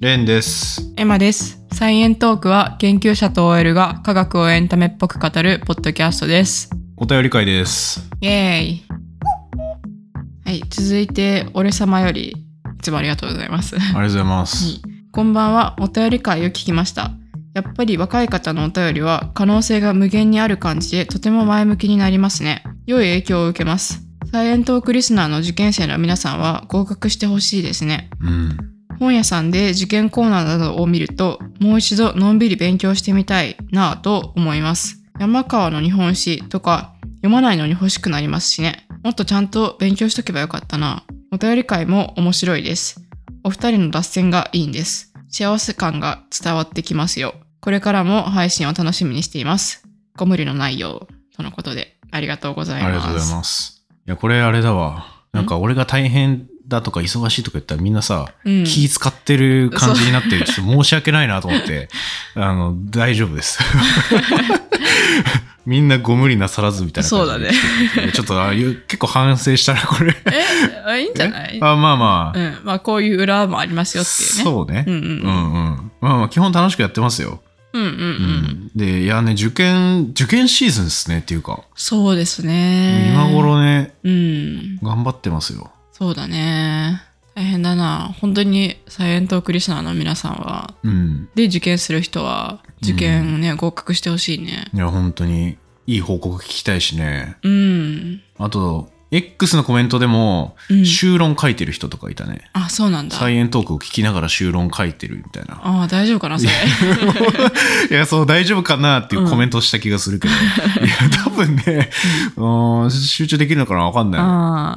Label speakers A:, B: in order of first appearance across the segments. A: レンです。
B: エマです。サイエントークは研究者と OL が科学をエンタメっぽく語るポッドキャストです。
A: お便り会です。
B: イエーイ。はい、続いて俺様よりいつもありがとうございます。
A: ありがとうございます。
B: にこんばんは、お便り会を聞きました。やっぱり若い方のお便りは可能性が無限にある感じでとても前向きになりますね。良い影響を受けます。サイエントークリスナーの受験生の皆さんは合格してほしいですね。
A: うん。
B: 本屋さんで受験コーナーなどを見るともう一度のんびり勉強してみたいなぁと思います山川の日本史とか読まないのに欲しくなりますしねもっとちゃんと勉強しとけばよかったなお便り会も面白いですお二人の脱線がいいんです幸せ感が伝わってきますよこれからも配信を楽しみにしていますご無理のないようとのことでありがとうござい
A: あ
B: ます
A: りがとうございます。いや、これあれだわ。なんか俺が大変だとか忙しいとか言ったらみんなさ、
B: うん
A: 気使ってる感じになって、ちょっと申し訳ないなと思って、あの、大丈夫です。 みんなご無理なさらずみたいな感じで
B: そうだね
A: ちょっとああいう結構反省したな、これ。
B: えあいいんじゃない
A: あまあまあ
B: う。ん、まあこういう裏もありますよっていうね。
A: そうね。
B: うん
A: う
B: うん
A: うん
B: ん。
A: まあまあ、基本楽しくやってますよ。
B: うんうんうん。
A: で、いやね、受験、受験シーズンですねっていうか、
B: そうですね。
A: 今。頃ね、
B: うん。
A: 頑張ってますよ。
B: そうだね。大変だな。本当にサイエントークリスナーの皆さんは。
A: うん。
B: で、受験する人は、受験をね、合格してほしいね。
A: いや、本当に、いい報告聞きたいしね。
B: うん。
A: あと、X のコメントでも、
B: うん
A: 修論書いてる人とかいたね。
B: あ、そうなんだ。
A: サイエントークを聞きながら修論書いてるみたいな。
B: ああ、大丈夫かな、それ。
A: いや、そう、大丈夫かなっていうコメントをした気がするけど。いや、多分 ね、うん集中できるのかなわかんな
B: あ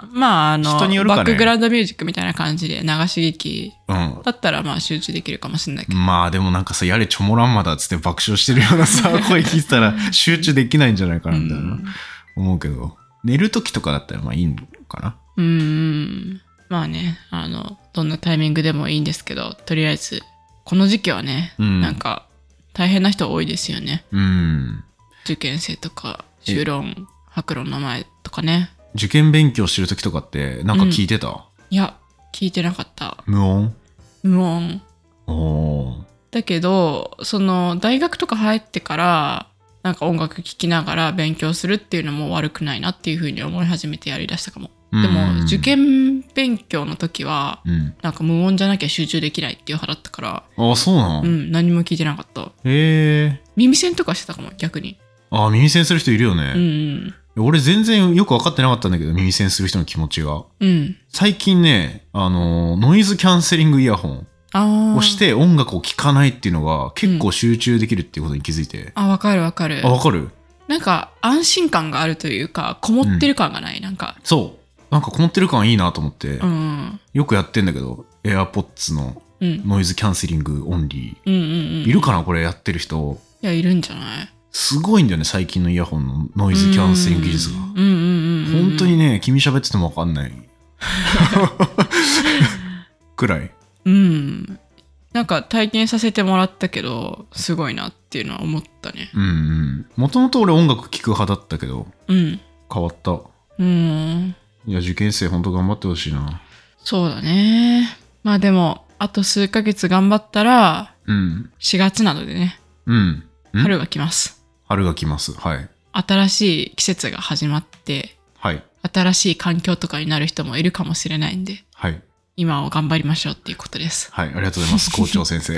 B: あまあ、あの、
A: 人によるかね
B: バックグラウンドミュージックみたいな感じで流し聞き
A: い。うん。
B: だったら、まあ、集中できるかもしれないけど。
A: まあでもなんかさ、やれちょもらんまだっつって爆笑してるようなさ、声聞いてたら集中できないんじゃないかなみたいな、思うけど。寝る時とかだったらまあいいのかな。
B: うーん。まあね、あの、どんなタイミングでもいいんですけど、とりあえず、この時期はね、
A: うん
B: なんか、大変な人多いですよね。
A: うん。
B: 受験生とか、修論、白論の前とかね。
A: 受験勉強してる時とかってなんか聞いてた、
B: いや、聞いてなかった。
A: 無音
B: 無音。
A: おー
B: だけど、その、大学とか入ってから、なんか音楽聴きながら勉強するっていうのも悪くないなっていうふうに思い始めてやりだしたかも。
A: うん
B: でも、受験勉強の時は、
A: うん。
B: なんか無音じゃなきゃ集中できないっていう派だったから、
A: あ、そうなの、
B: うん、何も聞いてなかった。
A: へえ。
B: 耳栓とかしてたかも、逆に。
A: あ、耳栓する人いるよ
B: うん
A: ね、俺全然よく分かってなかったんだけど、耳栓する人の気持ちが。
B: うん。うん。
A: 最近ね、あの、ノイズキャンセリングイヤホン。
B: ああ。
A: 押し。て音楽を聴かないっていうのが結構集中できるっていうことに気づいて、
B: あ、わかるわかる
A: あ。わかる
B: なんか、安心感があるというか、こもってる感がない。なんか、
A: そうなんかこもってる感いいなと思って、
B: うん。
A: よくやってんだけど AirPods の
B: うん。
A: ノイズキャンセリングオンリ
B: うんうんうん。
A: ーいるかなこれやってる人
B: いや、いるんじゃない
A: すごいんだよね最近のイヤホンのノイズキャンセリング技術が
B: うんうんうんうんうん。
A: 本当に。ね君喋っててもわかんない くらい
B: うん。なんか、体験させてもらったけど、すごいなっていうのは思ったね。
A: うんうんもともと俺音楽聴く派だったけど
B: うん。
A: 変わった
B: うん。
A: いや受験生本当頑張ってほしいな
B: そうだね。まあでも、あと数ヶ月頑張ったら、
A: うん
B: 4月などでね、
A: うんん
B: 春が来ます。
A: 春が来ますはい
B: 新しい季節が始まって
A: はい
B: 新しい環境とかになる人もいるかもしれないんで
A: はい
B: 今を頑張りましょうっていうことです。
A: はい、ありがとうござい ます、校長先生。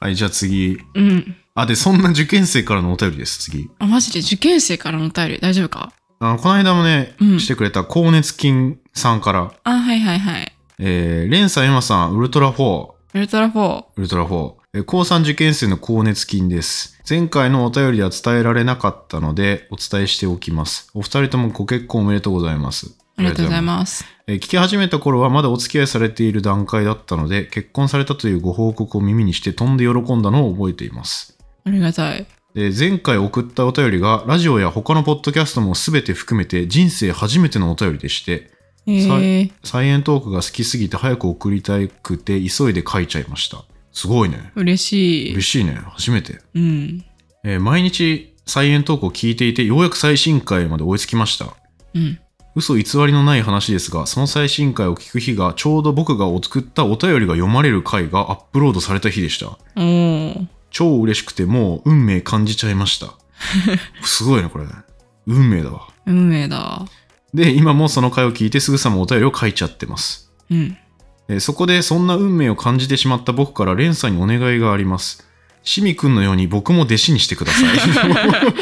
A: はい、じゃあ次。
B: うん。
A: あ、で、そんな受験生からのお便りです、次。
B: あマジで受験生からのお便り大丈夫か
A: あのこの間もね、
B: うん
A: してくれた高熱菌さんから、
B: あはいはいはい。
A: えー、レンさん、エマさん、ウルトラ4、
B: ウルトラ4。
A: ウルトラ4、えー高3受験生の高熱菌です。前回のお便りでは伝えられなかったので、お伝えしておきます。お二人ともご結婚おめでとうございます。
B: ありがとうございます。
A: えー聞き始めた頃はまだお付き合いされている段階だったので、結婚されたというご報告を耳にして飛んで喜んだのを覚えています。
B: ありがたい。
A: で前回送ったお便りが、ラジオや他のポッドキャストも全て含めて人生初めてのお便りでして、
B: えー、
A: サイエントークが好きすぎて早く送りたくて急いで書いちゃいました。すごいね。
B: 嬉しい
A: 嬉。しいね。初めて。
B: うん。
A: えー毎日サイエントークを聞いていて、ようやく最新回まで追いつきました。
B: うん。
A: 嘘偽りのない話ですが、その最新回を聞く日が、ちょうど僕が作ったお便りが読まれる回がアップロードされた日でした。
B: おー
A: 超嬉しくて、もう運命感じちゃいました。すごいね、これ。運命だわ。
B: 運命だわ
A: で、今もその回を聞いてすぐさまお便りを書いちゃってます。
B: うん
A: えーそこでそんな運命を感じてしまった僕からレンさんにお願いがあります。シミ君のように僕も弟子にしてください。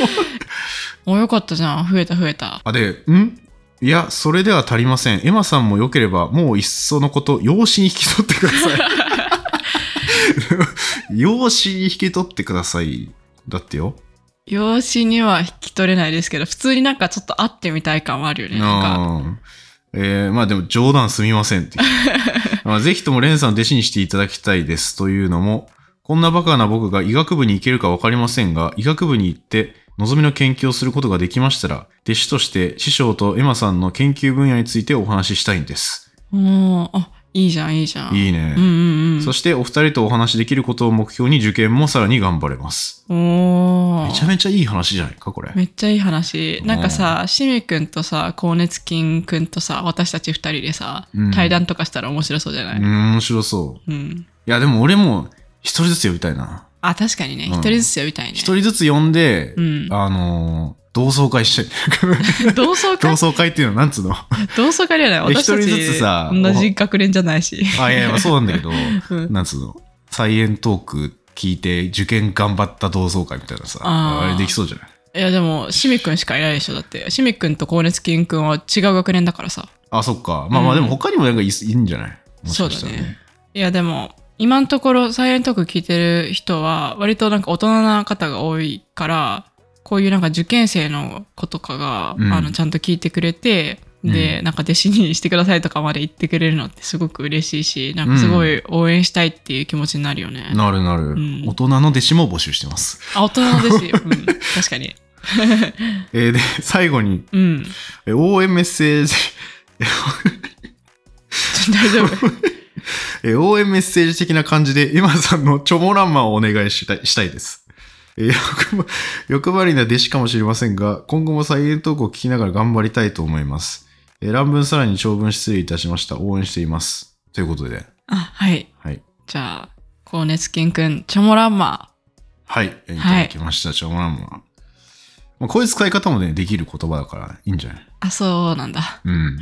B: およかったじゃん増えた増えた
A: あ、で、んいや、それでは足りません。エマさんも良ければ、もういっそのこと、養子に引き取ってください。 養子に引き取ってください。だってよ。
B: 養子には引き取れないですけど普通になんかちょっと会ってみたい感はあるよねなんか
A: うんえーまあでも冗談すみませんっていう まあぜひともレンさんを弟子にしていただきたいですというのも、こんなバカな僕が医学部に行けるかわかりませんが、医学部に行って望みの研究をすることができましたら、弟子として師匠とエマさんの研究分野についてお話ししたいんです。
B: うんあいいじゃんいいじゃん
A: いい
B: うん
A: ね。
B: うんうん
A: そしてお二人とお話しできることを目標に受験もさらに頑張れます。
B: おー
A: めちゃめちゃいい話じゃないか、これ。
B: めっちゃいい話なんかさシミくんとさ高熱菌くんとさ私たち二人でさ、
A: うん
B: 対談とかしたら面白そうじゃない、
A: うん、面白そう。
B: うん
A: いや、でも俺も一人ずつ呼びたいな。
B: あ確かにね
A: うん
B: 一人ずつ呼びたいね
A: 一人ずつ呼んで、
B: うん
A: あのー同窓会したい。
B: 同窓
A: 同
B: 会
A: 窓会っていうのはなんつうの
B: 同窓会じゃない
A: え
B: 私たち
A: 一人ずつさ
B: 同じ学年じゃないし
A: あ、いやいや、そうなんだけど、
B: うん
A: なんつうのサイエントーク聞いて受験頑張った同窓会みたいなさ、
B: あ
A: あ
B: ー
A: れできそうじゃない
B: いやでもシミくんしかいないでしょだってシミくんと高熱菌くんは違う学年だからさ
A: あ、そっか。まあまあ、で
B: うん
A: も他にもなんかいいいんじゃないもし
B: そう
A: か
B: だ
A: したら
B: ね。いやでも今のところサイエントーク聞いてる人は割となんか大人な方が多いからこういうなんか受験生の子とかが、
A: うん
B: あのちゃんと聞いてくれてで、
A: う
B: なんか弟子にしてくださいとかまで言ってくれるのってすごく嬉しいしなんかすごい応援したいっていう気持ちになるよね。
A: なるなる、
B: ん
A: 大人の弟子も募集してます。
B: あ大人の 弟子、うん、確かに。
A: えーで、最後に、
B: うん
A: え応援メッセージ、
B: ちょ大丈夫。
A: えー応援メッセージ的な感じで、エマさんのチョモランマンをお願いしたいしたいです。えー欲張欲張りな弟子かもしれませんが、今後もサイエントークを聞きながら頑張りたいと思います。えー乱文さらに長文失礼いたしました。応援しています。ということで、
B: あはい。
A: はい。
B: じゃあ高熱菌くんチョモランマ
A: はい。えーいただきました、チョモランマン。まあ、こういう使い方もね、できる言葉だから、いいんじゃない
B: ーあそうなんだ。
A: うん。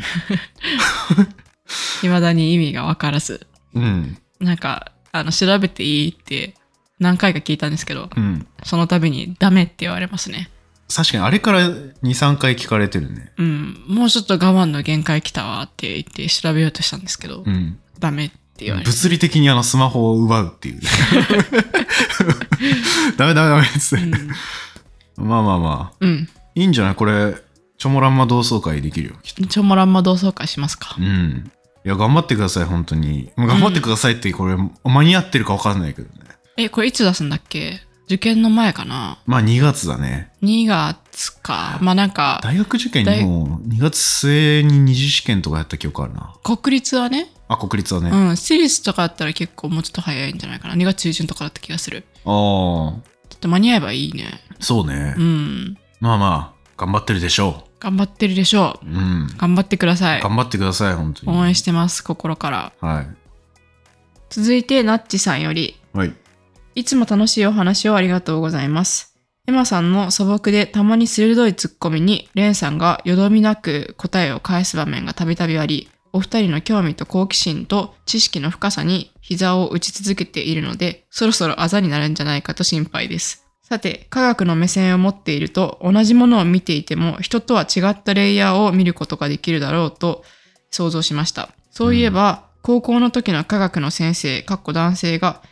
B: 未だに意味が分からず。
A: うん。
B: なんか、あの、調べていいって何回か聞いたんですけど、
A: うん。
B: その度にダメって言われますね。
A: 確かに、あれから2、3回聞かれてるね。
B: うん、もうちょっと我慢の限界来たわって言って調べようとしたんですけど、
A: うん。
B: ダメって言われて。
A: 物理的にあのスマホを奪う っていう。ダメダメダメです
B: う。ん、
A: まあまあまあ。
B: うん。
A: いいんじゃないこれ、チョモランマ同窓会できるよ、きっと。
B: チョモランマ同窓会しますか
A: う。ん。いや、頑張ってください、本当に。もう頑張ってくださいって、これ、間に合ってるか分かんないけどね。
B: え、これいつ出すんだっけ受験の前かな
A: まあ2月だね。
B: ?2 月か。まあなんか、
A: 大学受験にも2月末に二次試験とかやった記憶あるな。
B: 国立はね、
A: あ、国立はね。
B: う
A: あ
B: ん、私立とかだったら結構もうちょっと早いんじゃないかな。2月中旬とかだった気がする。
A: あ、
B: ちょっと間に合えばいいね。
A: そうね。
B: うん。
A: まあまあ、頑張ってるでしょ
B: 頑張ってるでしょ
A: う。うん。
B: う。頑張ってください。
A: 頑張ってください、本当に。
B: 応援してます心から
A: はい。
B: 続いてナッチさんより
A: はい。
B: いつも楽しいお話をありがとうございますエマさんの素朴でたまに鋭いツッコミにレンさんがよどみなく答えを返す場面がたびたびありお二人の興味と好奇心と知識の深さに膝を打ち続けているのでそろそろあざになるんじゃないかと心配ですさて科学の目線を持っていると同じものを見ていても人とは違ったレイヤーを見ることができるだろうと想像しましたそういえば、高校の時の科学の先生かっこ男性が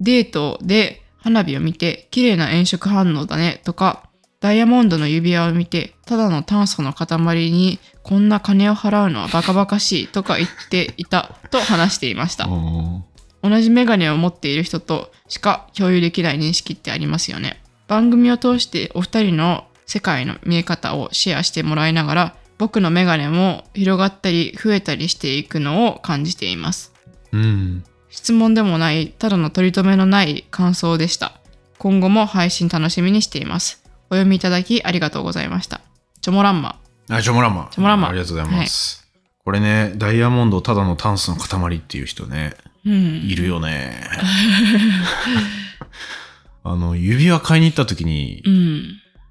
B: デートで花火を見て綺麗な炎色反応だねとかダイヤモンドの指輪を見てただの炭素の塊にこんな金を払うのはバカバカしいとか言っていたと話していました
A: おー
B: 同じメガネを持っている人としか共有できない認識ってありますよね番組を通してお二人の世界の見え方をシェアしてもらいながら僕のメガネも広がったり増えたりしていくのを感じています
A: うん。
B: 質問でもないただの取り留めのない感想でした今後も配信楽しみにしていますお読みいただきありがとうございましたチョモランマ
A: あ、ジョモランマ。
B: ジョモランマ
A: ありがとうございます。これね、ダイヤモンドただの炭素の塊っていう人ね、
B: うん。
A: いるよ ね。あの、指輪買いに行った時に
B: う、ん。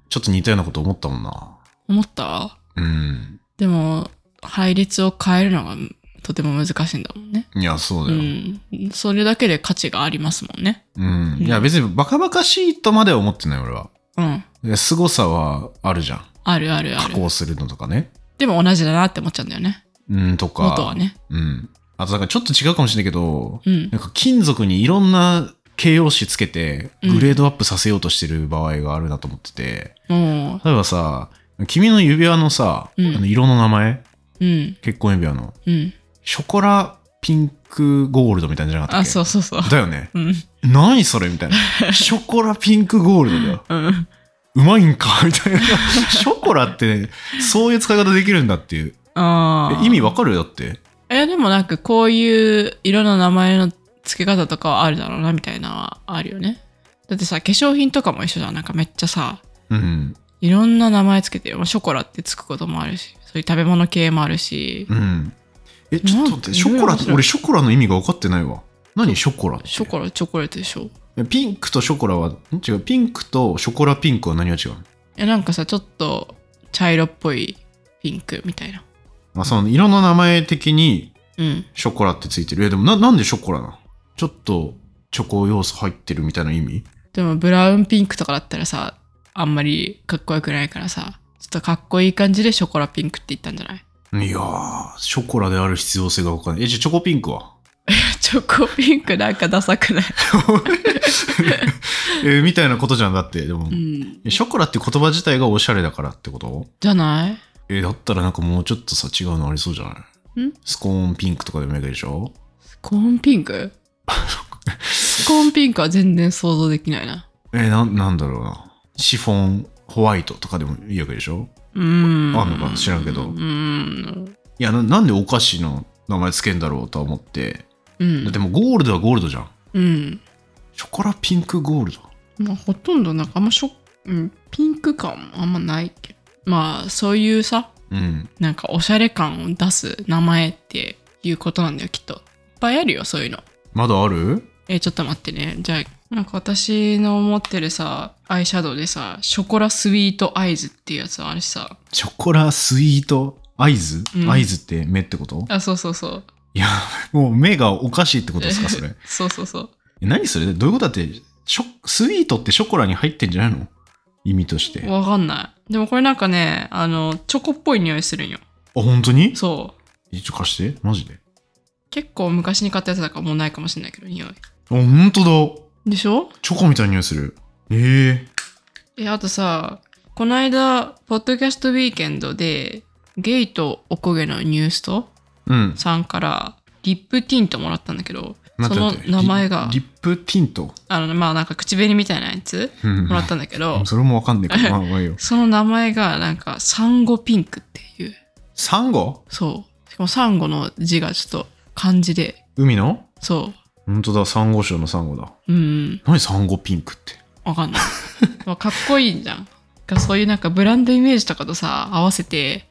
A: ちょっと似たようなこと思ったもんな。
B: 思った
A: うん。
B: でも、配列を変えるのがとても難しいんだもんね。
A: いや、そう
B: う
A: だよ。
B: ん。それだけで価値がありますもんね。
A: うん。いや、別にバカバカしいとまでは思ってない、俺は。
B: うん。
A: で凄さはあるじゃん。
B: あるあるあ
A: 加
B: る。
A: 工するのとかね。
B: でも同じだなって思っちゃうんだよね。
A: うん、とか。
B: 元はね。
A: うん。あと、だからちょっと違うかもしれないけど、
B: うん。
A: なんか金属にいろんな形容詞つけて、
B: うん
A: グレードアップさせようとしてる場合があるなと思ってて、
B: も
A: 例えばさ、君の指輪のさ、
B: うん
A: あの色の名前、
B: う、うん。
A: 結婚指輪の、
B: うん。
A: ショコラピンクゴールドみたいなんじゃなかったっ
B: あ、
A: け
B: そうそうそう。
A: だよね。
B: うん。
A: 何それみたいな。 ショコラピンクゴールドだよ。
B: うん。
A: うまいんかみたいな。ショコラって、そういう使い方できるんだっていう。
B: ああ。
A: え意味わかるだって。
B: え、でもなんかこういう色の名前の付け方とかはあるだろうなみたいなのはあるよね。だってさ、化粧品とかも一緒じゃん。なんかめっちゃさ、
A: うん。
B: いろんな名前つけてる。まあ、ショコラってつくこともあるし、そういう食べ物系もあるし、
A: うん。え、ちょっと待っ
B: なん
A: て、ショコラっ
B: いろい
A: て、
B: ろ
A: 俺ショコラの意味が分かってないわ。何ショコラって。
B: ショコラチョコレートでしょ。
A: えピンクとショコラは、ん違う、ピンクとショコラピンクは何が違うの
B: え、なんかさ、ちょっと茶色っぽいピンクみたいな。
A: まあ、その色の名前的に
B: うん。
A: ショコラってついてる。え、でもな、なんでショコラなのちょっとチョコ要素入ってるみたいな意味
B: でもブラウンピンクとかだったらさ、あんまりかっこよくないからさ、ちょっとかっこいい感じでショコラピンクって言ったんじゃない
A: いやー、ショコラである必要性が分かんない。え、じゃあチョコピンクは
B: チョコピンクなんかダサくない。
A: えみたいなことじゃんだって。でも、
B: うん。
A: えショコラって言葉自体がおしゃれだからってこと
B: じゃない
A: え、だったらなんかもうちょっとさ、違うのありそうじゃない
B: ん
A: スコーンピンクとかでもいいわけでしょ
B: コーンピンクコーンピンクは全然想像できないな。
A: え、な、なんだろうな。シフォン、ホワイトとかでもいいわけでしょ
B: うーん。
A: あんのか知らんけど
B: うーん。
A: いやな、なんでお菓子の名前つけんだろうとは思って。
B: うん。
A: でもゴールドはゴールドじゃん。
B: うん。
A: ショコラピンクゴールド。
B: まあ、ほとんどなんかあんましょ、うん、ピンク感あんまないけど。まあ、そういうさ、
A: うん。
B: なんかおしゃれ感を出す名前っていうことなんだよ、きっと。いっぱいあるよ、そういうの。
A: まだある
B: えーちょっと待ってね。じゃあ、なんか私の持ってるさ、アイシャドウでさ、ショコラスイートアイズっていうやつあるしさ。
A: ショコラスイートアイズ、
B: うん
A: アイズって目ってこと
B: あ、そうそうそう。
A: いや、もう目がおかしいってことですか、 それ。
B: そうそうそう。
A: え何それどういうことだって、ショスイートってショコラに入ってんじゃないの意味として。あ、
B: わかんない。でもこれなんかね、あの、チョコっぽい匂いするんよ。
A: 本当に
B: そう。
A: えちょ、貸して。マジで。
B: 結構昔に買ったやつだからもうないかもしれないけど、匂い。
A: あ、本当
B: でしょ
A: だ。チョコみたいな匂いする。え
B: え、あとさ、この間、ポッドキャストウィーケンドで、ゲイとおこげのニュースと
A: えうん。
B: さんから、リップティントもらったんだけど、
A: 待
B: そ
A: って
B: の
A: 待って
B: 名前が、
A: リリップティント。
B: あの、まあなんか口紅みたいなやつ
A: うん
B: もらったんだけど。
A: うん、それもわかんないけど、まあ、まあいいよ
B: その名前がなんか、サンゴピンクっていう。
A: サンゴ
B: そう。しかもサンゴの字がちょっと漢字で、
A: 海の
B: そ
A: 本当だ、サンゴ礁のサンゴだ。
B: う。うん。
A: 何サンゴピンクって。
B: わかんない。 まあかっこいいじゃん。がそういうなんかブランドイメージとかとさ、合わせて、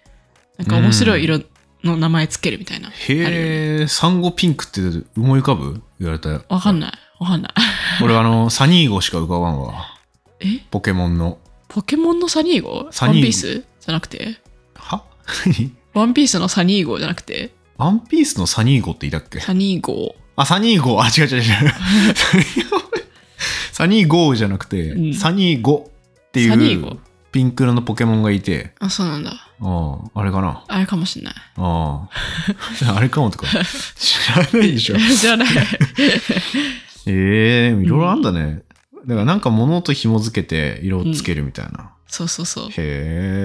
B: なんか面白い色の名前つけるみたいな。あるよね
A: へえ、サンゴピンクって思い浮かぶ言われたら。
B: わかんない。わかんない。
A: 俺、あ の、サニーゴしか浮かばんわ。
B: え
A: ポケモンの。
B: ポケモンのサニーゴ
A: サニー
B: ワ
A: ゴ
B: ンピースじゃなくて
A: は
B: ワンピースのサニーゴじゃなくて
A: ワンピースのサニーゴっていたっ け
B: サニーゴ
A: あ、サニーゴ。あ、違う 違う違う。サニーゴじゃなくて、
B: うん
A: サニーゴって
B: サニ
A: い
B: ーゴ
A: うピンク色のポケモンがいて、
B: あ、そうなんだ。
A: ああ、あれかな。
B: あれかもしんない。
A: ああ。あれかもとか。知らないでしょ。
B: じゃない。
A: ええいろいろあんだね。だからなんか物と紐付けて色をつけるみたいな。
B: そうそうそう。
A: へ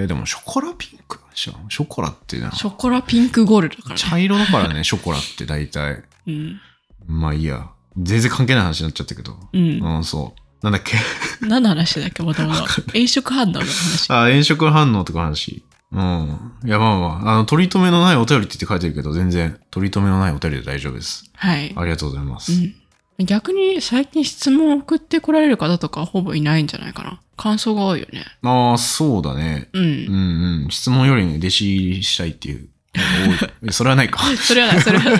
A: え、でもショコラピンクじゃん。ショコラってな。
B: ショコラピンクゴールドだから、ね。
A: 茶色だからね、ショコラって大体。
B: うん。
A: まあいいや。全然関係ない話になっちゃったけど。
B: うん。
A: うん、そう。なんだっけ。
B: 何の話だっけもともと。飲食反応の話。
A: あ、炎色反応とか話。うん。いや、まあまあ、あの、取り留めのないお便りって言って書いてるけど、全然、取り留めのないお便りで大丈夫です。
B: はい。
A: ありがとうございま
B: う
A: す。
B: ん。逆に最近質問を送ってこられる方とかほぼいないんじゃないかな。感想が多いよね。
A: ああ、そうだね。
B: う
A: うん
B: ん。
A: うん。質問よりね、弟子入りしたいっていう方が多い。それはないか。
B: それはない、それはない。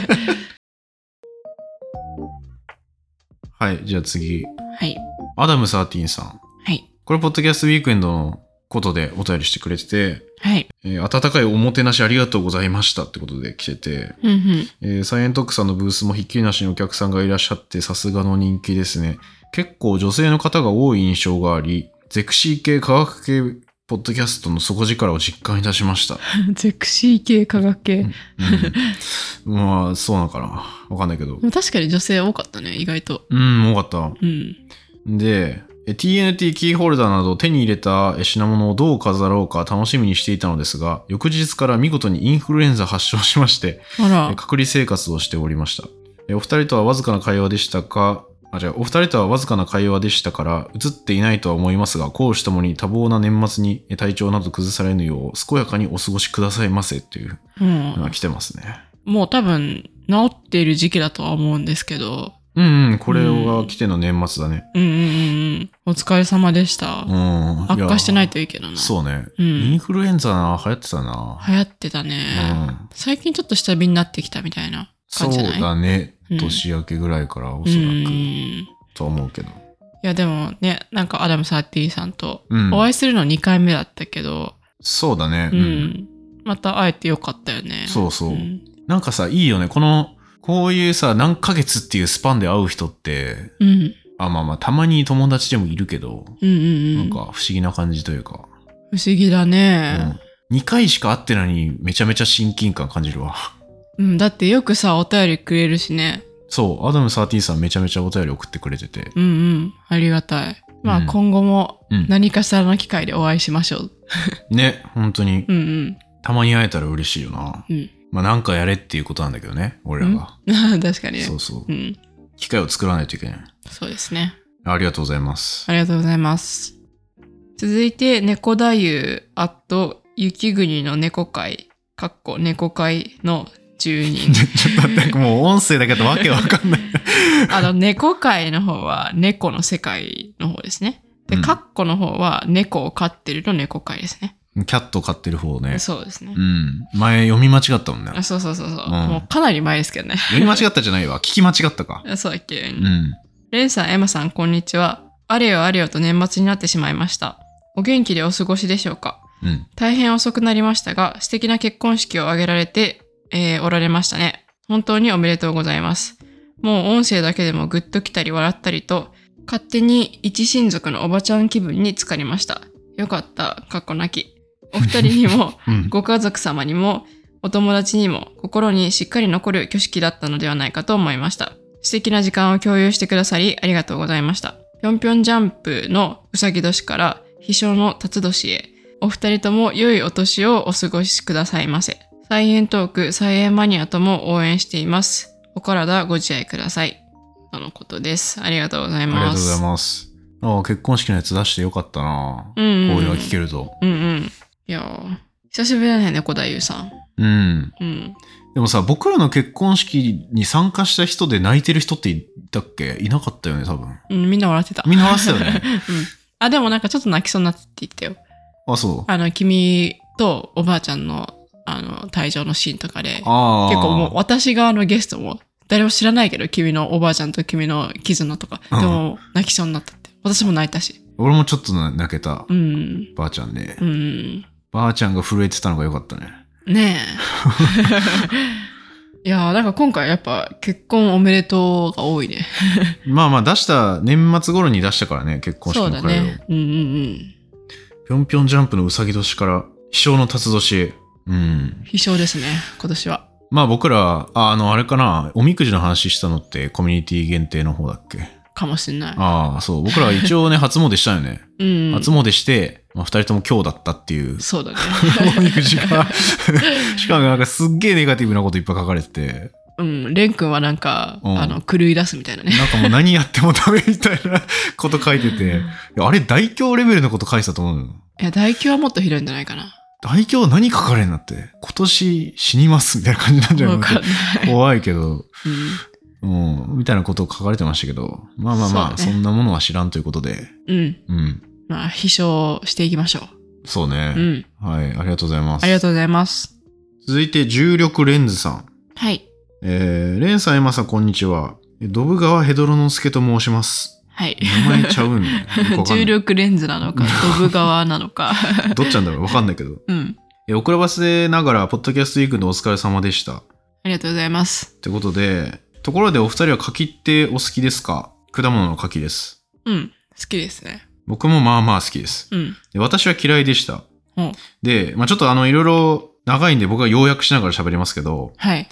A: はい。じゃあ次。
B: はい。
A: アダム13さん。
B: はい。
A: これ、ポッドキャストウィークエンドのことでお便りしてくれてて、
B: はい。
A: えー温かいおもてなしありがとうございましたってことで来てて、
B: うんうん。
A: えーサイエントックさんのブースもひっきりなしにお客さんがいらっしゃって、さすがの人気ですね。結構女性の方が多い印象があり、ゼクシー系科学系ポッドキャストの底力を実感いたしました。
B: ゼクシー系科学系。
A: うん、まあ、そうなのかな。わかんないけど
B: で。も確かに女性多かったね、意外と。
A: うん、多かっ
B: うん。
A: た。で、え TNT キーホルダーなど手に入れたえ品物をどう飾ろうか楽しみにしていたのですが、翌日から見事にインフルエンザ発症しまして、
B: あ
A: え
B: ら。
A: 隔離生活をしておりました。えお二人とはわずかな会話でしたか、あ、じゃお二人とはわずかな会話でしたから、映っていないとは思いますが、公私ともに多忙な年末にえ体調など崩されぬよう、健やかにお過ごしくださいませという
B: う
A: のが
B: ん。
A: 来てますね。
B: もう多分、治っている時期だとは思うんですけど。
A: うんうん、これが来ての年末だね。
B: うんうんうんうん。お疲れ様でした。
A: うん。
B: 悪化してないと
A: い
B: いいけど
A: う
B: な。
A: そうね。イ
B: う
A: ン
B: ん。
A: フルエンザな流行ってたな。
B: 流行ってた
A: う
B: ね。
A: ん。
B: 最近ちょっと下火になってきたみたいな
A: そ
B: 感
A: う
B: じじゃない
A: だね。
B: うん
A: 年明けぐらいからお
B: う
A: そらく
B: ん。
A: とは思うけど。
B: いやでもね、なんかアダム13さんと
A: うん。
B: お会いするの2回目だったけど、
A: そうだね。
B: うん。また会えてよかったよね。
A: そうそう。
B: ん
A: なんかさ、いいよね。この、こういうさ、何ヶ月っていうスパンで会う人って、
B: うん。
A: あ、まあまあ、たまに友達でもいるけど、
B: うんうん
A: な
B: うんん。
A: か不思議な感じというか、
B: 不思議だ
A: う
B: ね、
A: ん、2回しか会ってないのにめちゃめちゃ親近感感じるわ。
B: うん。だってよくさ、お便りくれるしね。
A: そう、アダム13さんめちゃめちゃお便り送ってくれてて。
B: うんうん。ありがたい。まあ、
A: うん
B: 今後も
A: うん
B: 何かしらの機会でお会いしましょう。
A: ね、本当に
B: う、んうん。
A: たまに会えたら嬉しいよな。
B: うん
A: まあなんかやれっていうことなんだけどね、俺らが。
B: 確かにね。
A: そうそう
B: う。ん。
A: 機会を作らないといけない。
B: そうですね。
A: ありがとうございます。
B: ありがとうございます。続いて、猫太夫、あと、雪国の猫会、かっこ猫会の住 人。
A: ちょっと待って、もう音声だけどわけわか んない。
B: あの、猫界の方は猫の世界の方ですね。で、
A: うん
B: カッコの方は猫を飼ってるの猫界ですね。
A: キャット飼ってる方ね。
B: そうですね
A: う。ん。前読み間違ったもんね
B: あ。そうそうそうそう、
A: ん
B: もうかなり前ですけどね。
A: 読み間違ったじゃないわ。聞き間違ったか。
B: あそうだっけ、
A: うん。
B: レンさん、エマさん、こんにちは。あれよあれよと年末になってしまいました。お元気でお過ごしでしょうか
A: うん。
B: 大変遅くなりましたが、素敵な結婚式を挙げられて、えーおられましたね。本当におめでとうございます。もう音声だけでもグッときたり笑ったりと、勝手に一親族のおばちゃん気分に浸かりました。よかった、かっこなき。お二人にも、
A: うん。
B: ご家族様にも、お友達にも、心にしっかり残る挙式だったのではないかと思いました。素敵な時間を共有してくださり、ありがとうございました。ぴょんぴょんジャンプのうさぎ年から、飛翔の辰年へ、お二人とも良いお年をお過ごしくださいませ。サイエントーク、サイエンマニアとも応援しています。お体ご自愛ください。とのことです。ありがとうござい
A: ありがとう
B: ま
A: ござい
B: す。
A: ます。ああ、結婚式のやつ出してよかったな。
B: うんうんうん
A: こういうのが聞けると。
B: うんうん。いやー久しぶりだね、猫太夫さん。
A: うん。
B: うん。
A: でもさ、僕らの結婚式に参加した人で泣いてる人っていたっけいなかったよね、多分。
B: うん、みんな笑ってた。
A: みんな合わせたよね。
B: うんあ、でもなんかちょっと泣きそうになって言ってよ。
A: あ、そう。
B: あの、君とおばあちゃんの、あの、退場のシーンとかで、
A: ああ。
B: 結構もう私側のゲストも、誰も知らないけど、君のおばあちゃんと君の絆とか、で
A: うん
B: も泣きそうになったって。私も泣いたし。
A: 俺もちょっとな泣けた
B: う。ん。
A: ばあちゃんね
B: う。ん。
A: ばあちゃんが震えてたのがよかったね。
B: ねえ。いやー、なんか今回やっぱ結婚おめでとうが多いね。
A: まあまあ出した、年末頃に出したからね、結婚式
B: そう
A: の
B: だ
A: 会を。
B: ね。うんうん
A: ぴょんぴょんジャンプのうさぎ年から、飛翔の辰年へ。うん
B: うん。。必勝ですね、今年は。
A: まあ僕ら、ああの、あれかな、おみくじの話したのってコミュニティ限定の方だっけ。
B: かもしんない。
A: ああ、そう。僕らは一 応ね、初詣したよね。
B: うん。
A: 初詣して、まあ二人とも今日だったっていう。
B: そうだね。
A: おみくじ が。しかもなんかすっげえネガティブなこといっぱい書かれてて、
B: うん、レン君はなんか、
A: うん
B: あの、狂い出すみたいなね。
A: なんかもう何やってもダメみたいなこと書いてて、いやあれ大凶レベルのこと書いてたと思うのよ。
B: いや、大凶はもっとひどいんじゃないかな。
A: 大凶何書かれんだって、今年死にますみたいな感じなんじゃない
B: わ
A: の
B: かんない。
A: 怖いけど。
B: うん
A: うん、みたいなことを書かれてましたけど、まあまあまあ、
B: そう
A: そ
B: ね
A: んなものは知らんということで、
B: うん。
A: うん、
B: まあ、飛翔していきましょ
A: そうね
B: う。う。ん。
A: はい、ありがとうございます。
B: ありがとうございます。
A: 続いて、重力レンズさん。
B: はい。
A: えー、レンさん、エマさん、こんにちは。えドブ川ヘドロノスケと申します。
B: はい。
A: 名前ちゃ うんだよよくわかんな
B: 重
A: い
B: 力レンズなのか、ドブ側なのか。
A: どっちなんだろうわかんないけど。
B: うん。
A: え、遅ればせながら、ポッドキャストウィークのお疲れ様でした。
B: ありがとうございます。
A: ってことで、ところでお二人は柿ってお好きですか果物の柿です。
B: うん。好きですね。
A: 僕もまあまあ好きです。
B: うん。
A: で私は嫌いでした。
B: うん
A: で、まあちょっとあの、いろいろ長いんで僕は要約しながら喋りますけど、
B: はい。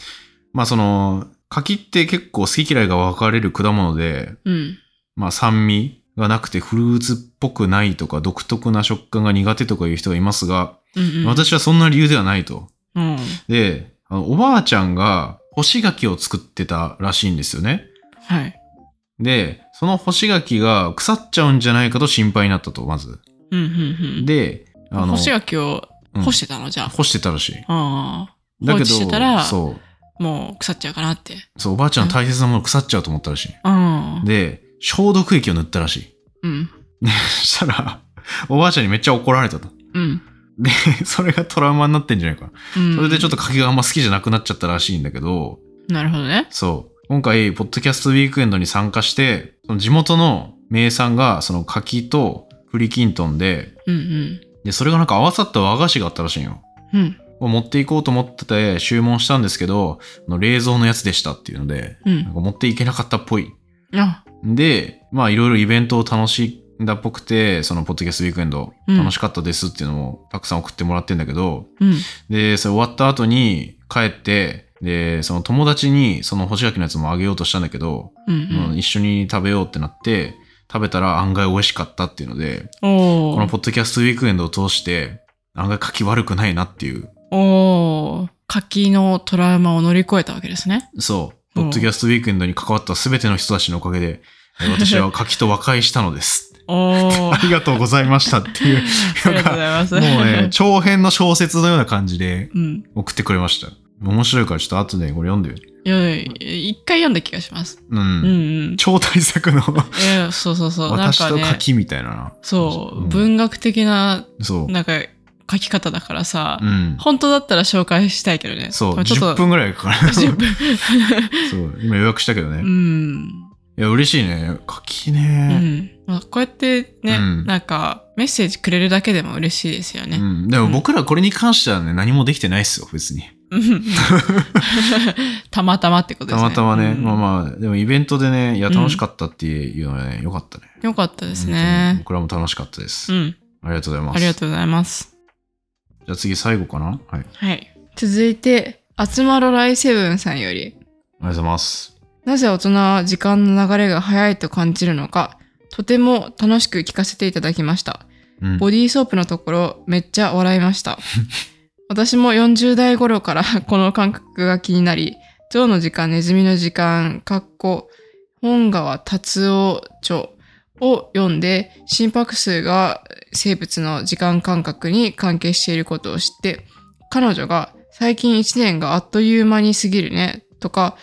A: まあその、柿って結構好き嫌いが分かれる果物で、
B: うん。
A: まあ酸味がなくてフルーツっぽくないとか独特な食感が苦手とかいう人がいますが、
B: うん、うん。
A: 私はそんな理由ではないと。
B: うん。
A: で、あのおばあちゃんが干し柿を作ってたらしいんですよね。
B: はい。
A: で、その干し柿が腐っちゃうんじゃないかと心配になったと、まず。
B: うん、うん、うん。、
A: で、あの、
B: 干し柿を
A: うん
B: 干してたの、じゃあ。
A: 干してたらしい。
B: あ
A: だけど、
B: 放置してたら
A: そう、
B: あ。もう腐っちゃうかなって。
A: そう、おばあちゃんの大切なもの腐っちゃうと思ったらしい。
B: うん。
A: で、消毒液を塗ったらしい。
B: うん。
A: で、そしたら、おばあちゃんにめっちゃ怒られたと。
B: うん。
A: で、それがトラウマになってんじゃないか。
B: うん
A: それでちょっと柿があんま好きじゃなくなっちゃったらしいんだけど、
B: なるほどね。
A: そう。今回、ポッドキャストウィークエンドに参加して、その地元の名産が、その柿と栗きんとんで、
B: うん
A: で、それがなんか合わさった和菓子があったらしいんよ。
B: うん。うん。
A: を持っていこうと思ってて注文したんですけど、あの冷蔵のやつでしたっていうので、
B: う
A: なん
B: ん。
A: か持っていけなかったっぽい。
B: あ、
A: で、まあいろいろイベントを楽しんだっぽくて、そのポッドキャストウィークエンド
B: うん
A: 楽しかったですっていうのもたくさん送ってもらってんだけど、
B: うん。
A: で、それ終わった後に帰って、で、その友達にその干し柿のやつもあげようとしたんだけど、
B: うん
A: まあ一緒に食べようってなって、食べたら案外美味しかったっていうので、
B: うん。お
A: この
B: ー
A: ポッドキャストウィークエンドを通して、案外柿悪くないなっていう
B: おー柿のトラウマを乗り越えたわけですね。
A: そう。ポ
B: うん
A: ッドキャストウィークエンドに関わった全ての人たちのおかげで、えー私は柿と和解したの です。
B: おー
A: ありがとうございましたって いう、
B: ありがとうございます。
A: もう ね、長編の小説のような感じで
B: うん。
A: 送ってくれました。面白いからちょっと後でこれ読んでよ
B: いやいや一回読んだ気がします。
A: う。
B: うんうんん。
A: 超大作の
B: いやいや そうそうそう。なん
A: 私
B: か
A: と
B: ね、
A: 柿みたいな。
B: そう、
A: うん
B: 文学的な、
A: そう。
B: なんか、書き方だからさ、
A: うん。
B: 本当だったら紹介したいけどね。
A: そう。
B: まあちょ
A: 10
B: っと、
A: 分ぐらいか かる。そ
B: 10分。
A: う。今予約したけどね。 い
B: うん。
A: や、嬉しいね。柿
B: う
A: ね。
B: んまあ、こうやってね、
A: うん
B: なんかメッセージくれるだけでも嬉しいですよ
A: う
B: ね。
A: ん。でも僕らこれに関してはね、何もできてないっすよ、別に。
B: うん たまたまってことで
A: た
B: すね。
A: またまね、
B: うん
A: まあまあでもイベントでねいや
B: うん
A: 楽しかったっていうのはね、良かったね
B: よかったです
A: 本当に
B: ね。
A: 僕らも楽しかったです、
B: うん、
A: ありがとうございます
B: ありがとうございます。
A: じゃあ次最後かなはいありが
B: はい。続いて、あつまろライセブンさんより、
A: とうございます
B: なぜ大人は時間の流れが早いと感じるのか、とても楽しく聞かせていただきました。
A: うん
B: ボディーソープのところめっちゃ笑いました。 私も40代頃から この感覚が気になり、ゾウの時間、ネズミの時間、かっこ、本川達夫著を読んで、心拍数が生物の時間感覚に関係していることを知って、彼女が最近1年があっという間に過ぎるね、とか、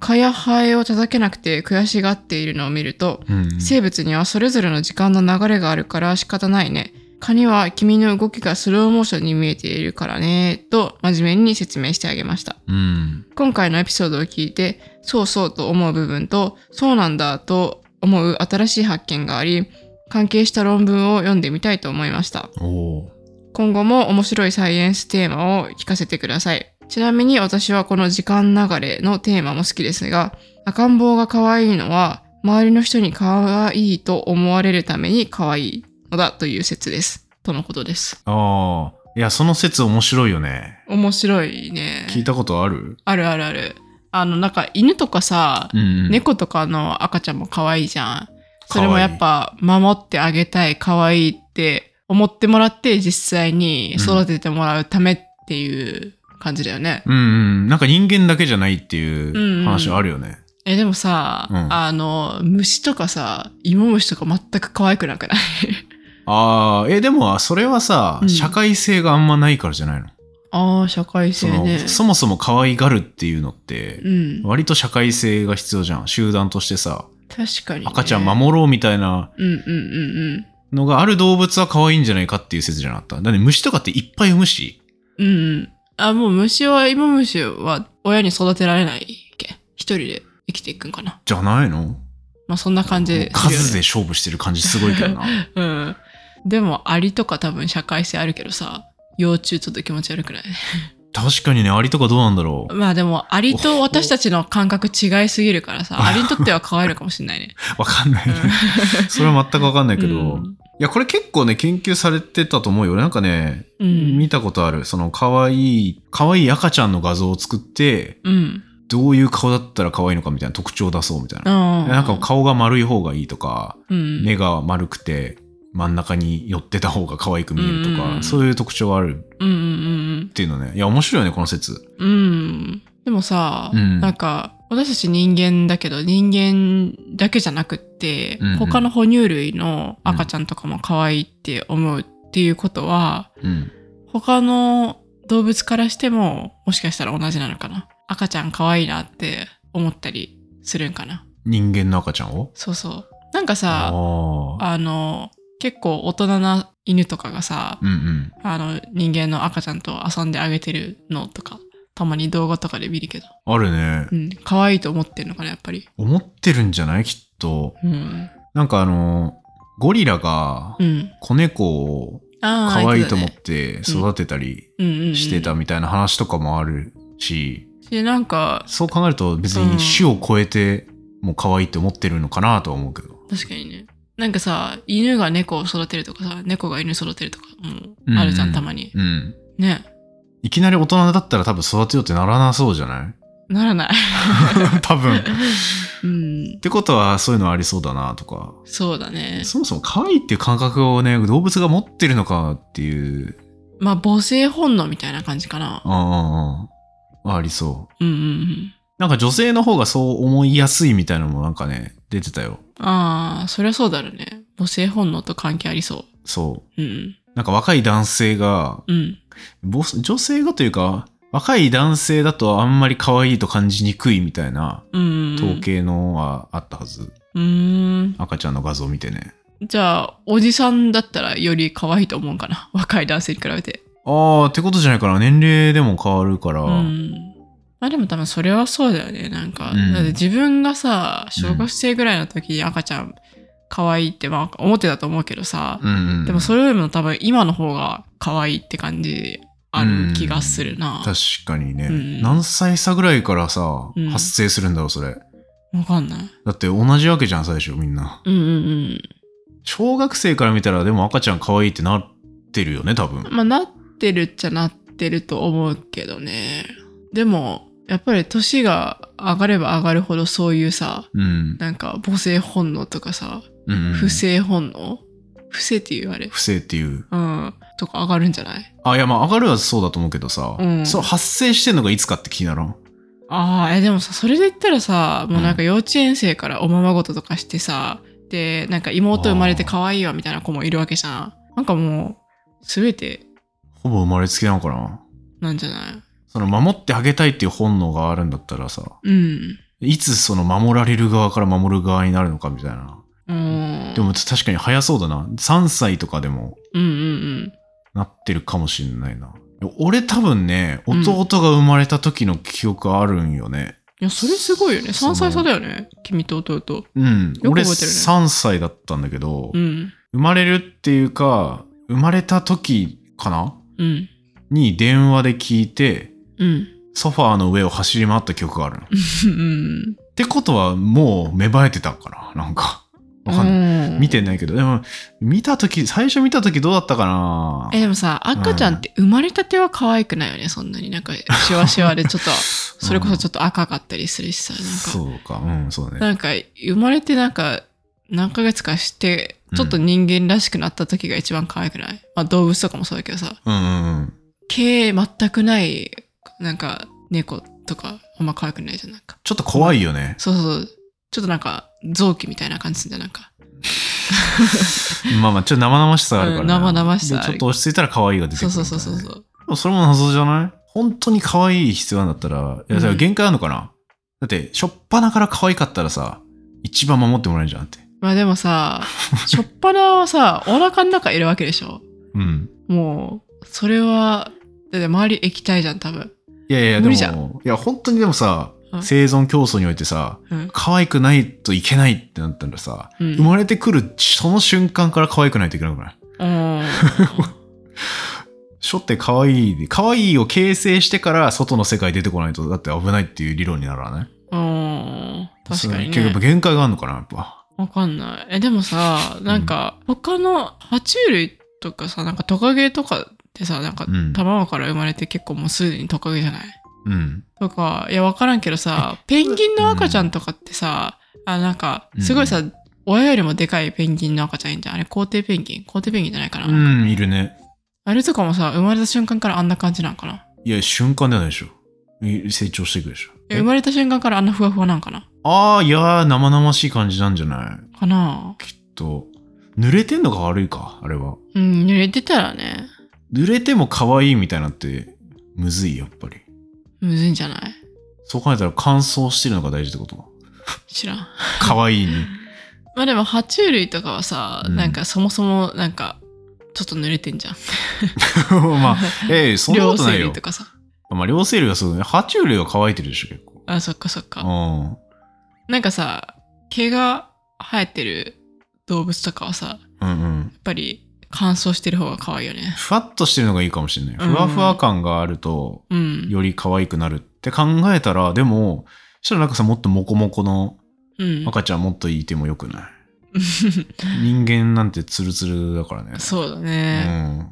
B: 蚊やハエを叩けなくて悔しがっているのを見ると、
A: うん
B: 生物にはそれぞれの時間の流れがあるから仕方ないね。蚊には君の動きがスローモーションに見えているからね、と真面目に説明してあげました。
A: うん
B: 今回のエピソードを聞いて、そうそうと思う部分と、そうなんだと思う新しい発見があり、関係した論文を読んでみたいと思いました。
A: おお
B: 今後も面白いサイエンステーマを聞かせてください。ちなみに私はこの時間流れのテーマも好きですが、赤ん坊が可愛いのは、周りの人に可愛いと思われるために可愛いのだという説です。とのことです。
A: ああいやその説面白いよね
B: 面白いね。
A: 聞いたことある
B: あるあるある。あの、なんか犬とかさ、
A: うんうん
B: 猫とかの赤ちゃんも可愛いじゃん。それもやっぱ守ってあげたい、可愛いって思ってもらって実際に育ててもらうためっていう感じだよね。
A: うんうんなんか人間だけじゃないって
B: ん
A: いううん話あるよね、
B: え、でもさ、
A: うん
B: あの、虫とかさ、芋虫とか全く可愛くなくない
A: ああえでもそれはさ、
B: うん
A: 社会性があんまないからじゃないの
B: ああ、社会
A: そ
B: 性
A: の
B: ね。
A: そもそも可愛がるっていうのって
B: う、ん。
A: 割と社会性が必要じゃん。集団としてさ、
B: 確かに、ね。
A: 赤ちゃん守ろうみたいな
B: うんうんうん
A: のがある動物は可愛いんじゃないかっていう説じゃなかった。だって虫とかっていっぱい産むし、
B: うん。うんうん。あ、もう虫は、イモムシは親に育てられないっけ一人で生きていくんかな。
A: じゃないの
B: まあそんな感じするよね
A: 数で勝負してる感じすごいけどな。
B: うん。でも、アリとか多分社会性あるけどさ、幼虫ちょっと気持ち悪くない
A: 確かにね、アリとかどうなんだろう。
B: まあでも、アリと私たちの感覚違いすぎるからさ、アリにとっては可愛いのかもしれな いね。
A: わかんないね。それは全くわかんないけど、
B: う
A: い
B: ん
A: や、これ結構ね、研究されてたと思うよ。なんかね、
B: うん
A: 見たことある。その、可愛い、可愛い赤ちゃんの画像を作って、
B: うん。
A: どういう顔だったら可愛いのかみたいな特徴を出そうみたいな。
B: あー
A: なんか顔が丸い方がいいとか、
B: うん、
A: 目が丸くて真ん中に寄ってた方が可愛く見えると
B: うんう
A: か、
B: ん
A: そういう特徴がある
B: うんうん
A: っていうのね。いや、面白いよね、この説。
B: うんうん。でもさ、
A: うん
B: なんか、私たち人間だけど、人間だけじゃなくって、
A: うんうん
B: 他の哺乳類の赤ちゃんとかも可愛いって思うっていうことは、
A: うん。
B: 他の動物からしてももしかしたら同じなのかな赤ちゃん可愛いなって思ったりするんかな
A: 人間の赤ちゃんを
B: そうそうなんか
A: あ
B: さ
A: あー。
B: あの結構大人な犬とかがさ
A: うんうん。
B: あの人間の赤ちゃんと遊んであげてるのとかたまに動画とかで見るけど
A: あるね。
B: うん可愛いと思ってんのかなやっぱり
A: 思ってるんじゃないきっと。
B: うん
A: なんかあの、ゴリラが
B: うん
A: 子猫を
B: ああ
A: 可愛いと思って育てたりしてたみたいな話とかもあるし、
B: でなんか
A: そう考えると別に種を超えてもう可愛いって思ってるのかなとは思うけど。
B: 確かにねなんかさ犬が猫を育てるとかさ猫が犬育てるとかもあるじゃん、
A: うんうん
B: たまに
A: うん。
B: ね
A: いきなり大人だったら多分育てようってならなそうじゃない
B: ならない。
A: 多分。っ
B: うん。
A: てことはそういうのありそうだなとか。
B: そうだね。
A: そもそも可愛いっていう感覚をね、動物が持ってるのかっていう、
B: まあ、母性本能みたいな感じかな。
A: ああ、あありそう。
B: うんうんうん。
A: なんか女性の方がそう思いやすいみたいなのもなんかね、出てたよ。
B: ああ、そりゃそうだろうね。母性本能と関係ありそ。
A: そう
B: うん
A: う。なんか若い男性が、
B: うん。うん。
A: ボス女性がというか、若い男性だとあんまり可愛いと感じにくいみたいな
B: うんうんうん。
A: 統計のはあったはず。
B: うーん。
A: 赤ちゃんの画像を見てね。
B: じゃあ、おじさんだったらより可愛いと思うかな。 若い男性に比べて。
A: ああ、ってことじゃないかな。年齢でも変わるから。
B: うん。まあでも多分それはそうだよね。なんか、
A: うん
B: だって自分がさ、小学生ぐらいの時に赤ちゃん可愛いってまあ思ってたと思うけどさ、
A: うんうん。
B: でもそ
A: れ
B: れよりも多分今の方が可愛いって感じある気がするな。
A: 確かにね、
B: うん
A: 何歳差ぐらいからさ、
B: うん
A: 発生するんだろう、それ。
B: わかんない。
A: だって同じわけじゃん、最初みんな。
B: うんうん
A: 小学生から見たら、でも赤ちゃん可愛いってなってるよね、多分
B: うん。。まあなってるっちゃなってると思うけどね。でも、やっぱり年が上がれば上がるほどそういうさ、
A: うん。
B: なんか母性本能とかさ、
A: うんうん
B: 不。正本能、不正っていうあれ。
A: 不正っていう。
B: うん。とか上がるんじゃない
A: あ、いや、まあ、上がるはそうだと思うけどさ、
B: うん
A: そう、発生してんのがいつかって気にならん。
B: ああ、え、でもさ、それで言ったらさ、もうなんか幼稚園生からおままごととかしてさ、で、なんか妹生まれて可愛いわみたいな子もいるわけじゃん。なんかもう、すべて
A: ほぼ生まれつきなのかな。
B: なんじゃない
A: その、守ってあげたいっていう本能があるんだったらさ、
B: うん。
A: いつその、守られる側から守る側になるのかみたいな。
B: うん。
A: でも、確かに早そうだな。3歳とかでも
B: うんうん
A: なってるかもしんないな。俺多分ね、
B: うん
A: 弟が生まれた時の記憶あるんよね。
B: いや、それすごいよね。
A: その
B: 3歳差だよね。君と弟。
A: うん。
B: よく覚
A: 俺
B: えてるね
A: 3歳だったんだけど、
B: うん。
A: 生まれるっていうか、生まれた時かな
B: うん。
A: に電話で聞いて、
B: うん。
A: ソファーの上を走り回った記憶があるの。っ
B: うん。
A: てことは、もう芽生えてたんかななんか。わかんない。
B: ない
A: 見。てないけど。でも、見たとき、最初見たときどうだったかな
B: え、でもさ、赤ちゃんって生まれたては可愛くないよね。そんなになんか、シワシワでちょっと、それこそちょっと赤かったりするしさ、なんか。
A: そうか。うん、そうだね。
B: なんか、生まれてなんか、何ヶ月かして、ちょっと人間らしくなった時が一番可愛くない、まあ動物とかもそうだけどさ、
A: うんうんうん。
B: 毛全くない、なんか、猫とか、あんま可愛くないじゃん。なんか。
A: ちょっと怖いよね。
B: そうそう。ちょっとなんか、臓器みたいな感じするんじゃんなんか。
A: まあまあ、ちょっと生々しさがあるから、ね
B: うん生々しさある
A: でちょっと落ち着いたら可愛いが出てく
B: そ
A: るみ
B: う
A: た
B: そ
A: いうなね、
B: そうそうそう。
A: もそれも謎じゃない本当に可愛い必要なんだったら、いや、それは限界あるのかな、だって、しょっぱなから可愛かったらさ、一番守ってもらえるじゃんって。
B: まあで もさ、しょっぱなはさ、お腹の中いるわけでしょ
A: うん。
B: もう、それは、だって周り液体じゃん、多分。
A: いやいや、
B: 無
A: で
B: 理じゃん
A: も、いや、本当にでもさ
B: う、ん
A: 生存競争においてさ、
B: うん。
A: 可愛くないといけないってなったらさ、
B: うん
A: 生まれてくるその瞬間から可愛くないといけなくない
B: うん。
A: 初って可愛いで、可愛いを形成してから外の世界出てこないと、だって危ないっていう理論になるわね。
B: うん。確かに、
A: 結構やっぱ
B: ね。
A: 限界があるのかな、やっぱ。
B: わかんない。え、でもさ、なんか、他の爬虫類とかさ、なんかトカゲとかってさ、なんか
A: うん、
B: 卵から生まれて結構もうすでにトカゲじゃない
A: うん。
B: とか、いや、わからんけどさ、ペンギンの赤ちゃんとかってさ、あ、なんか、すごいさ、親よりもでかいペンギンの赤ちゃんいんじゃん。あれ、皇帝ペンギン皇帝ペンギンじゃないかな。
A: うん、いるね。
B: あれとかもさ、生まれた瞬間からあんな感じなんかない
A: や、瞬間ではないでしょ。い成長していくでしょ。
B: え生まれた瞬間からあんなふわふわなんかな
A: ああ、いやー、生々しい感じなんじゃない
B: かな
A: きっと。濡れてんのが悪いか、あれは。
B: うん、濡れてたらね、
A: 濡れても可愛いみたいなって、むずい、やっぱり。
B: むずいんじゃない
A: そう考えたら乾燥してるのが大事ってこと
B: 知らん。
A: 可愛いに。
B: まあでも、爬虫類とかはさ、
A: うん
B: なんかそもそも、なんか、ちょっと濡れてんじゃん。
A: まあ、ええそんなことない
B: 両生
A: よ
B: 類。とかさ。
A: まあ、両生類はそうだね。爬虫類は乾いてるでしょ、結構。
B: あ、そっかそっか。
A: うん。
B: なんかさ、毛が生えてる動物とかはさ、
A: うんうん。
B: やっぱり乾燥してる方が可愛いよね。
A: ふわっとしてるのがいいかもしれない。ふわふわ感があると、
B: うん。
A: より可愛くなるって考えたら、でも、そしたらなんかさ、もっとモコモコの
B: うん。
A: 赤ちゃんもっといてもよく ない人間なんてツルツルだからね。
B: そうだ
A: う
B: ね。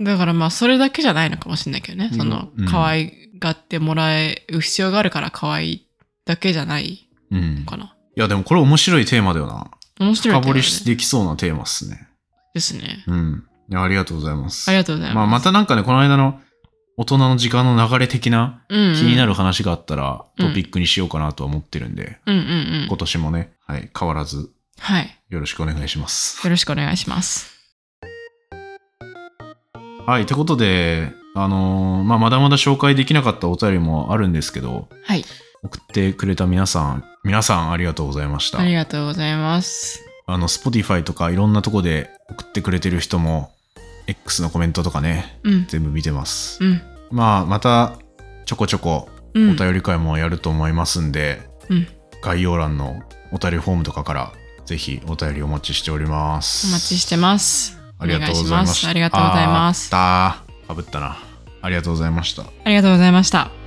A: ん。
B: だからまあ、それだけじゃないのかもしれないけどね。
A: うん
B: その
A: うん、
B: 可愛がってもらえる必要があるから可愛いだけじゃない
A: うん
B: の。かな。
A: いや、でもこれ面白いテーマだよな。
B: 面白い
A: 深
B: け
A: 掘
B: どね
A: りできそうなテーマっすね。
B: ですね。
A: うん。いや、ありがとうございます。
B: ありがとうござい
A: まあ、
B: ま。
A: ますたなんかね、この間の大人の時間の流れ的な気
B: 気
A: にな
B: る。
A: る話があったら、
B: うん
A: トピックにしようかなとは思ってるんで、
B: うんうんうん。
A: 今年もね、はい、変わらず
B: はい。
A: よろしくお願いします。
B: よろしくお願いします。
A: はい、ということで、あのーまあ、まだまだ紹介できなかったお便りもあるんですけど、
B: はい。
A: 送ってくれた皆さん、皆さんありがとうございました
B: あ。りがとうございます。
A: あの、Spotify とかいろんなとこで送ってくれてる人も、X のコメントとかね、
B: うん。
A: 全部見てます。
B: うん。
A: まあ、また、ちょこちょこ
B: うん。
A: お便り会もやると思いますんで、
B: うん
A: 概要欄のお便りフォームとかからぜひお便りお待ちしております
B: お待ちしてます。
A: ありがとうございました
B: お願いしますありがとうございます。
A: あーあったかぶったなありがとうございました
B: ありがとうございました。